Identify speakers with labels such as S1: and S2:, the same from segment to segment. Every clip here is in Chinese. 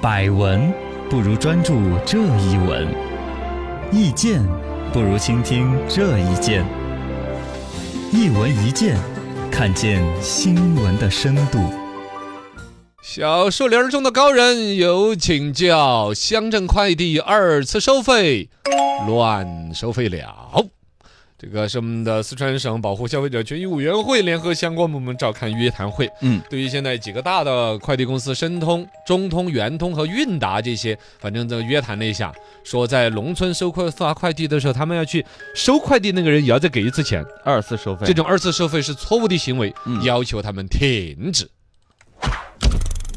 S1: 百闻不如专注这一闻，意见不如倾听这一见。一闻一见，看见新闻的深度。
S2: 小树林中的高人有请教：乡镇快递二次收费，乱收费了。这个是我们的四川省保护消费者权益委员会联合相关部门召开约谈会。
S1: 嗯，
S2: 对于现在几个大的快递公司，申通、中通、圆通和韵达这些，反正这约谈了一下，说在农村收快发快递的时候，他们要去收快递那个人也要再给一次钱，
S1: 二次收费
S2: 这种二次收费是错误的行为，
S1: 嗯
S2: 要求他们停止。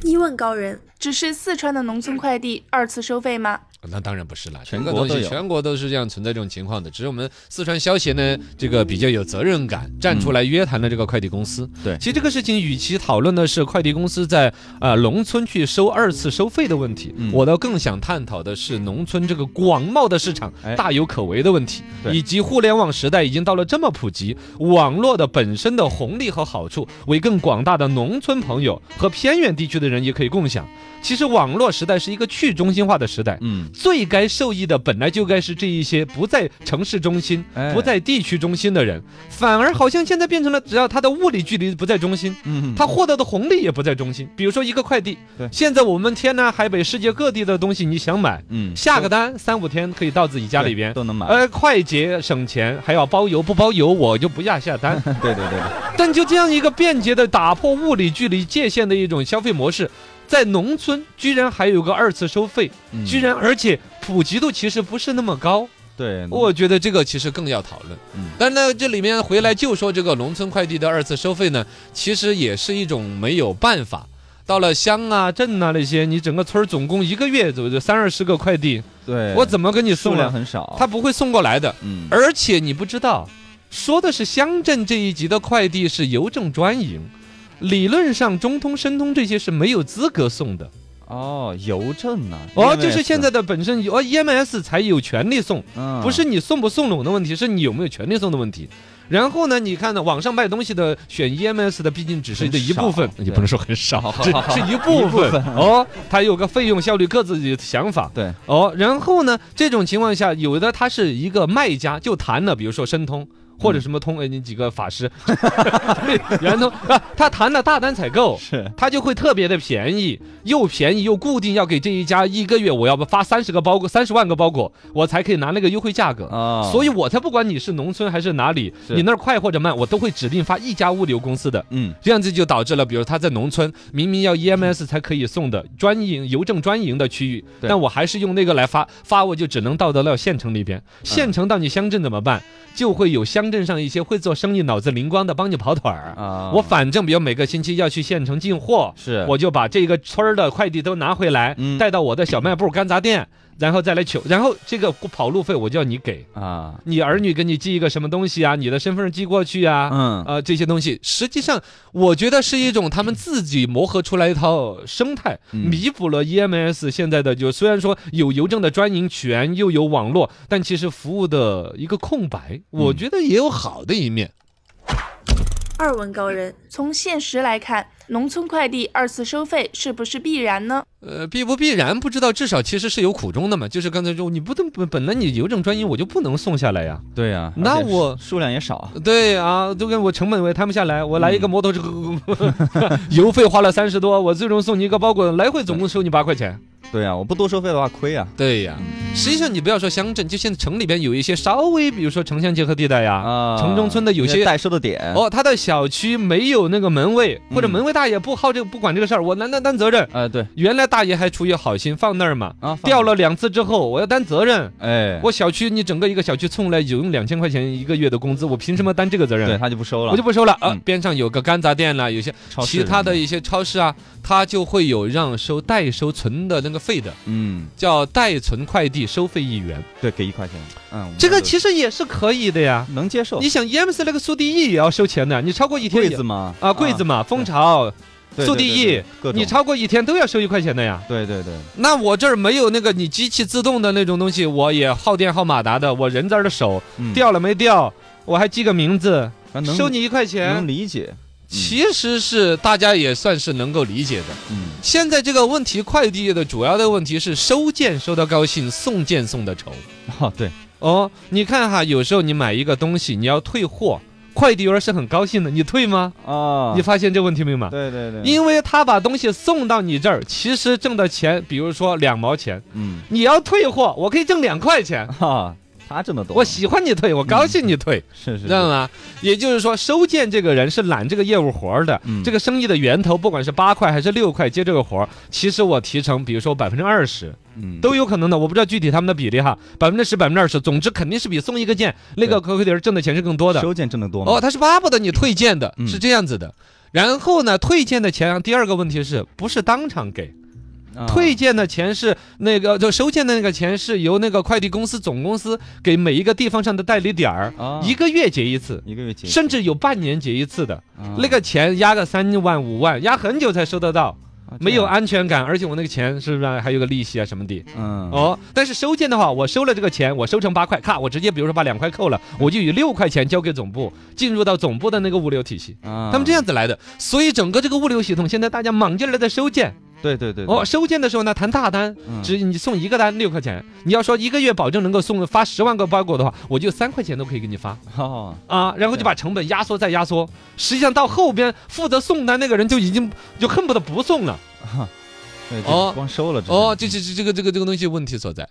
S3: 一问高人，
S4: 只是四川的农村快递二次收费吗？
S2: 那当然不是啦，
S1: 全
S2: 这个
S1: 国
S2: 东
S1: 都
S2: 西
S1: 有
S2: 全国都是这样存在这种情况的。只是我们四川消协呢，这个比较有责任感，站出来约谈了这个快递公司。
S1: 嗯对
S2: 其实这个事情与其讨论的是快递公司在呃农村去收二次收费的问题，
S1: 嗯
S2: 我倒更想探讨的是农村这个广袤的市场
S1: 哎
S2: 大有可为的问题，
S1: 对
S2: 以及互联网时代已经到了这么普及，网络的本身的红利和好处，为更广大的农村朋友和偏远地区的人也可以共享。其实网络时代是一个去中心化的时代，
S1: 嗯，
S2: 最该受益的本来就该是这一些不在城市中心、
S1: 哎
S2: 不在地区中心的人，反而好像现在变成了，只要他的物理距离不在中心，
S1: 嗯
S2: 他获得的红利也不在中心。比如说一个快递
S1: 对，
S2: 现在我们天南海北、世界各地的东西，你想买，
S1: 嗯
S2: 下个单三五天可以到自己家里边。
S1: 都能买，
S2: 呃，快捷省钱，还要包邮，不包邮我就不下 下单。
S1: 对对对对，
S2: 但就这样一个便捷的打破物理距离界限的一种消费模式，在农村居然还有个二次收费，
S1: 嗯
S2: 居然而且普及度其实不是那么高，
S1: 对
S2: 我觉得这个其实更要讨论
S1: 嗯。
S2: 但呢，这里面回来就说这个农村快递的二次收费呢，其实也是一种没有办法。到了乡啊、镇啊那些，你整个村儿总共一个月左右三二十个快递，
S1: 对
S2: 我怎么跟你
S1: 数
S2: 送
S1: 量
S2: 啊？
S1: 很少，
S2: 他不会送过来的。
S1: 嗯
S2: 而且你不知道，说的是乡镇这一级的快递是邮政专营，理论上中通、申通这些是没有资格送的。
S1: 哦邮政呐，
S2: 哦，
S1: EMS
S2: 就是现在的本身有哦 EMS 才有权利送，
S1: 嗯
S2: 不是你送不送拢的问题，是你有没有权利送的问题。然后呢，你看呢，网上卖东西的选 EMS 的，毕竟只是
S1: 很
S2: 的一部分
S1: 少，
S2: 也不能说很少，只 是一
S1: 一
S2: 部
S1: 部
S2: 分哦。它有个费用效率各自己的想法，
S1: 对
S2: 哦。然后呢，这种情况下，有的他是一个卖家就谈了，比如说申通。或者什么通哎，你几个法师， 圆通啊，他谈了大单采购，
S1: 是
S2: 它就会特别的便宜，又便宜又固定，要给这一家一个月，我要发三十个包裹，三十万个包裹，我才可以拿那个优惠价格。
S1: 啊，
S2: 所以我才不管你是农村还是哪里，
S1: 是
S2: 你那儿快或者慢，我都会指定发一家物流公司的。
S1: 嗯
S2: 这样子就导致了，比如他在农村明明要 EMS 才可以送的专营邮政专营的区域，
S1: 对
S2: 但我还是用那个来发发，我就只能到得了县城里
S1: 嗯
S2: 边。县城到你乡镇怎么办？就会有乡镇上一些会做生意、脑子灵光的帮你跑腿儿。
S1: 啊，
S2: 我反正比如每个星期要去县城进货，
S1: 是
S2: 我就把这个村儿的快递都拿回来，
S1: 嗯
S2: 带到我的小卖部、干杂店，然后再来取。然后这个跑路费我就要你给，
S1: 啊
S2: 你儿女给你寄一个什么东西啊，你的身份证寄过去啊。
S1: 嗯
S2: 呃，这些东西实际上，我觉得是一种他们自己磨合出来一套生态，
S1: 嗯
S2: 弥补了 EMS 现在的就虽然说有邮政的专营权，又有网络，但其实服务的一个空白，我
S1: 嗯
S2: 觉得也有好的一面。
S3: 二问高人，
S4: 从现实来看，农村快递二次收费是不是必然呢？
S2: 呃，必不必然不知道，至少其实是有苦衷的嘛。就是刚才说，你不能本本来你邮政专营，我就不能送下来呀。
S1: 对呀，
S2: 那
S1: 而且
S2: 我
S1: 数量也少，
S2: 对啊，就跟我成本我也摊不下来，我来一个摩托车， 邮费花了三十多，我最终送你一个包裹，来回总共收你八块钱。
S1: 对啊呀，我不多收费的话亏啊
S2: 对呀、实际上你不要说乡镇，就现在城里边有一些稍微，比如说城乡结合地带呀，
S1: 啊，
S2: 城中村的有
S1: 一
S2: 些
S1: 代收的点
S2: 哦，他的小区没有那个门卫，或者
S1: 嗯
S2: 门卫大爷不好这个不管这个事儿，我难担担责任。
S1: 呃，对
S2: 原来大爷还出于好心放那儿嘛，
S1: 啊，放
S2: 掉了两次之后，我要担责任。
S1: 哎，
S2: 我小区你整个一个小区冲来有用两千块钱一个月的工资，我凭什么担这个责
S1: 对
S2: 任？
S1: 他就不收了，
S2: 我就不收了啊、
S1: 嗯
S2: 边上有个干杂店啦，有些
S1: 超市嗯
S2: 其他的
S1: 什么
S2: 一些超市啊，它就会有让收代收存的那个费的，
S1: 嗯，
S2: 叫代存快递收费一元，
S1: 对，给一块钱，嗯，我们
S2: 这个
S1: 就
S2: 其实也是可以的呀。
S1: 能接受，
S2: 你想 EMS 那个速递易也要收钱的，你超过一天
S1: 柜
S2: 也
S1: 子吗？
S2: 啊柜子嘛，蜂巢、
S1: 对
S2: 速递易，
S1: 对对对各种
S2: 你超过一天都要收一块钱的呀。
S1: 对对对，
S2: 那我这儿没有那个你机器自动的那种东西，我也耗电耗马达的，我人在这儿守，
S1: 嗯
S2: 掉了没掉，我还记个名字，
S1: 啊能
S2: 收你一块
S1: 能
S2: 钱。
S1: 理解，
S2: 其实是大家也算是能够理解的。
S5: 嗯，
S2: 现在这个问题，快递业的主要的问题是收件收得高兴，送件送得愁。
S5: 哦，对，
S2: 哦，你看哈，有时候你买一个东西，你要退货，快递员是很高兴的，你退吗？
S5: 啊，
S2: 你发现这问题没有吗？
S5: 对对对，
S2: 因为他把东西送到你这儿，其实挣的钱，比如说两毛钱，
S5: 嗯，
S2: 你要退货，我可以挣两块钱。
S5: 哈，他挣得多，
S2: 我喜欢你退，我高兴你退，
S5: 是是，
S2: 知道吗？也就是说，收件这个人是揽这个业务活儿的，
S5: 嗯
S2: 这个生意的源头，不管是八块还是六块接这个活儿，其实我提成，比如说百分之二十
S5: 嗯，
S2: 都有可能的，我不知道具体他们的比例哈，百分之十、百分之二十，总之肯定是比送一个件那个客户的人挣的钱是更多的。
S5: 收件挣得多吗
S2: 哦，，他是巴不得你退件的，
S5: 嗯
S2: 是这样子的。然后呢，退件的钱，第二个问题是不是当场给？
S5: 啊
S2: 退件的钱是那个就收件的那个钱是由那个快递公司总公司给每一个地方上的代理点儿，
S5: 啊
S2: 一个月结一次。
S5: 一个月结
S2: 甚至有半年结一次的，
S5: 啊
S2: 那个钱压个三万五万，压很久才收得到，
S5: 啊这
S2: 没有
S5: 样
S2: 安全感，而且我那个钱是不是还有个利息啊什么的？
S5: 嗯
S2: 哦，但是收件的话，我收了这个钱，我收成八块，咔，我直接比如说把两块扣了，我就以六块钱交给总部，进入到总部的那个物流体系。
S5: 啊，
S2: 他们这样子来的，所以整个这个物流系统现在大家忙劲儿的在收件
S5: 对对对对
S2: 哦，收件的时候呢谈大单，
S5: 嗯
S2: 只你送一个单六块钱，你要说一个月保证能够送发十万个包裹的话，我就三块钱都可以给你发
S5: 哦
S2: 啊，然后就把成本压缩再压缩，实际上到后边负责送单那个人就已经就恨不得不送了
S5: 对，就
S2: 哦
S5: 光收了之后
S2: 哦，这这这这个这个这个东西问题所在。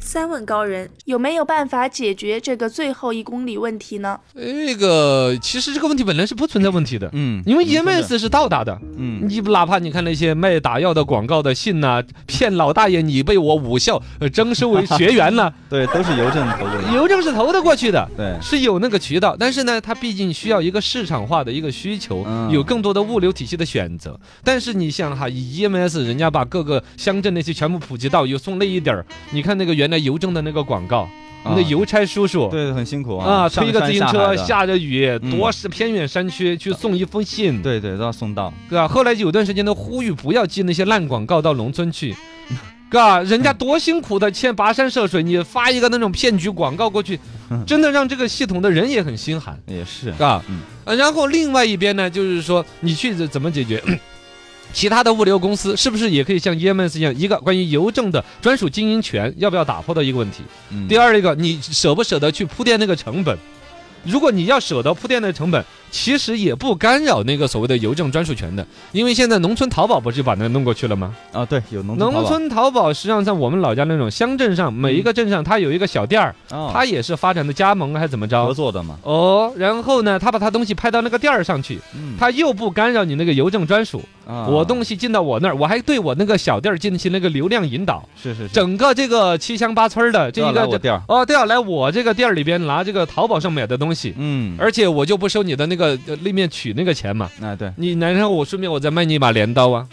S3: 三问高人，
S4: 有没有办法解决这个最后一公里问题呢？
S2: 这哎个其实这个问题本来是不存在问题的，
S5: 嗯，
S2: 因为
S5: 你说的
S2: EMS 是到达的。
S5: 嗯
S2: 你哪怕你看那些卖打药的广告的信呐、骗老大爷你被我武校呃征收为学员 呐，
S5: 对都是邮政投过来，
S2: 邮政是投得过去的。
S5: 对
S2: 是有那个渠道，但是呢，它毕竟需要一个市场化的一个需求，
S5: 嗯
S2: 有更多的物流体系的选择。但是你像哈，以 EMS 人家把各个乡镇那些全部普及到，有送那一点儿，你看那个原来邮政的那个广告，那邮差叔叔，
S5: 啊对很辛苦
S2: 啊，推个自行车，
S5: 上山海的
S2: 下着雨，
S5: 嗯
S2: 多是偏远山区去送一封信，
S5: 对对都要送到，
S2: 对吧？后来有段时间都呼吁不要寄那些烂广告到农村去。哥，人家多辛苦的，欠跋山涉水，你发一个那种骗局广告过去，
S5: 嗯
S2: 真的让这个系统的人也很心寒，
S5: 也是
S2: 啊
S5: 嗯，
S2: 呃然后另外一边呢，就是说你去怎么解决？ 其他的物流公司是不是也可以像 EMS 一样，一个关于邮政的专属经营权要不要打破的一个问题？
S5: 嗯
S2: 第二一个，你舍不舍得去铺垫那个成本？如果你要舍得铺垫的成本，其实也不干扰那个所谓的邮政专属权的，因为现在农村淘宝不是把那弄过去了吗？
S5: 啊对有农
S2: 农村淘宝实际上在我们老家那种乡镇上，每一个镇上它有一个小店儿，
S5: 他
S2: 它也是发展的加盟还是怎么
S5: 啊合
S2: 着？
S5: 作的嘛，
S2: 哦，然后呢，他把他东西拍到那个店儿上去，
S5: 嗯
S2: 他又不干扰你那个邮政专属，
S5: 啊
S2: 我东西进到我那儿，我还对我那个小店儿进行那个流量引导，
S5: 是是是
S2: 整个这个七乡八村儿的这
S5: 嗯要
S2: 一
S5: 来
S2: 个
S5: 我店儿
S2: 哦，对啊，来我这个店儿里边拿这个淘宝上买的东西，
S5: 嗯
S2: 而且我就不收你的那个呃立面取那个钱嘛。
S5: 哎对
S2: 你然后我顺便我再卖你一把镰刀啊，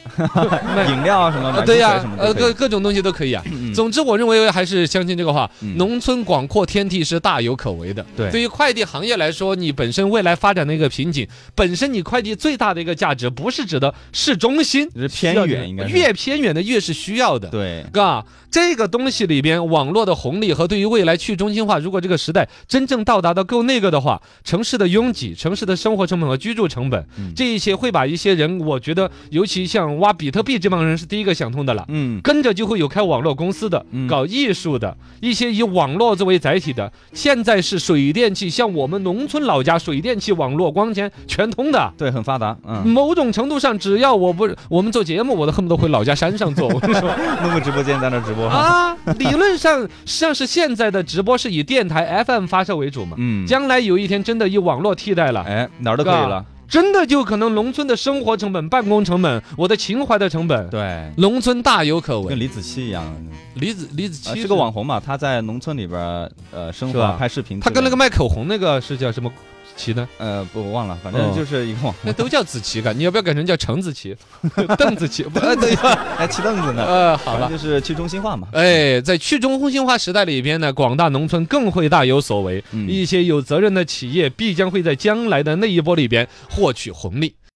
S5: 饮料啊什么
S2: 啊
S5: 买
S2: 对
S5: 汽水
S2: 呀、
S5: 什么
S2: 呃
S5: 都可
S2: 各
S5: 以
S2: 各种东西都可以啊。
S5: 嗯
S2: 总之，我认为还是相信这个话，
S5: 嗯
S2: 农村广阔天地是大有可为的。
S5: 对
S2: 对于快递行业来说，你本身未来发展的一个瓶颈，本身你快递最大的一个价值，不是指的市中心，
S5: 是偏
S2: 需要你
S5: 远应该是
S2: 越偏远的越是需要的。
S5: 对
S2: 哥，这个东西里边，网络的红利和对于未来去中心化，如果这个时代真正到达到够那个的话，城市的拥挤、城市的生活成本和居住成本，
S5: 嗯
S2: 这一些会把一些人，我觉得尤其像挖比特币这帮人是第一个想通的了。
S5: 嗯
S2: 跟着就会有开网络公司的
S5: 嗯、
S2: 搞艺术的、一些以网络作为载体的。现在是水电气，像我们农村老家，水电气、网络、光纤全通的。
S5: 对很发达嗯
S2: 某种程度上，只要我不我们做节目，我都恨不得回老家山上 做。我跟你说，
S5: 弄个直播间在那儿直播
S2: 嗯啊，理论上实际上是现在的直播是以电台 FM 发射为主嘛，
S5: 嗯
S2: 将来有一天真的以网络替代了，
S5: 哎哪儿都可以了
S2: 真的就可能农村的生活成本、办公成本、我的情怀的成本，
S5: 对
S2: 农村大有可
S5: 跟
S2: 为。
S5: 李子柒一样
S2: 李子李子
S5: 啊
S2: 柒
S5: 是个网，红嘛他在农村里边儿呃生
S2: 是吧
S5: 活拍视频之
S2: 他
S5: 类的
S2: 跟那个卖口红那个是叫什么琪呢？
S5: 呃不我忘了反正
S2: 哦
S5: 就是一个网红
S2: 那 都叫子琪感，你要不要改成叫程子 琪、邓子琪？不，呃 对，
S5: 还骑哎凳子呢
S2: 呃，好
S5: 反正
S2: 吧。
S5: 就是去中心化嘛
S2: 哎，在去中心化时代里边呢，广大农村更会大有所为，
S5: 嗯
S2: 一些有责任的企业必将会在将来的那一波里边获取红利。